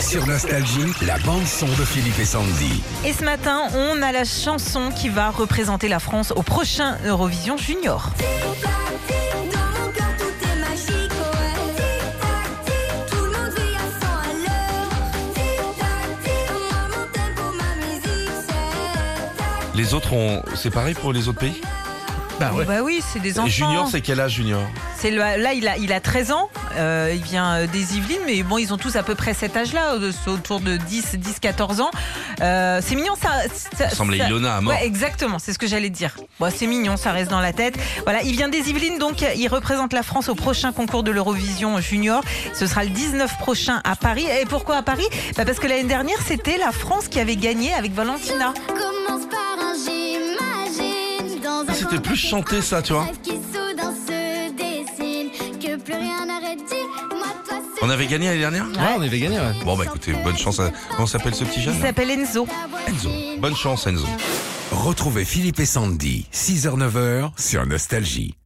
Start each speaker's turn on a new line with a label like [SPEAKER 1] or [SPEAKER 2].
[SPEAKER 1] Sur Nostalgie, la bande-son de Philippe et Sandy.
[SPEAKER 2] Et ce matin, on a la chanson qui va représenter la France au prochain Eurovision Junior.
[SPEAKER 3] Dans mon cœur tout est magique, ouais Tic-tac, tic, tout le monde vit à 100 à l'heure Tic-tac, tic, moi mon tempo, ma musique c'est
[SPEAKER 4] Les autres ont. C'est pareil pour les autres pays
[SPEAKER 5] Bah ouais.
[SPEAKER 2] Bah oui, c'est des enfants.
[SPEAKER 4] Junior, c'est quel âge, Junior
[SPEAKER 2] C'est le- là, il a, il a 13 ans. euh, il vient euh, des Yvelines, mais bon, ils ont tous à peu près cet âge-là, euh, c'est autour de 10, 10, 14 ans. Euh, c'est mignon, ça. ça
[SPEAKER 4] Il semblait
[SPEAKER 2] ça-
[SPEAKER 4] Ilona à mort.
[SPEAKER 2] Ouais, exactement, c'est ce que j'allais dire. Bon, c'est mignon, ça reste dans la tête. Voilà, il vient des Yvelines, donc il représente la France au prochain concours de l'Eurovision Junior. Ce sera le 19 prochain à Paris. Et pourquoi à Paris Bah, Parce que l'année dernière, c'était la France qui avait gagné avec Valentina.
[SPEAKER 3] Commence par un j'imagine Dans
[SPEAKER 4] Ah, C'était plus hein. chanté, ça, tu vois.
[SPEAKER 3] rêve qui soudain se dessine Que plus rien n'arrête, dis-moi toi
[SPEAKER 4] On avait gagné l'année dernière
[SPEAKER 5] Ouais, on avait gagné, ouais.
[SPEAKER 4] Bon, bah écoutez, bonne chance à. Comment s'appelle ce petit jeune
[SPEAKER 2] Il
[SPEAKER 4] là
[SPEAKER 2] s'appelle Enzo.
[SPEAKER 4] Enzo. Bonne chance, Enzo.
[SPEAKER 1] Retrouvez Philippe et Sandy, 6h-9h sur Nostalgie.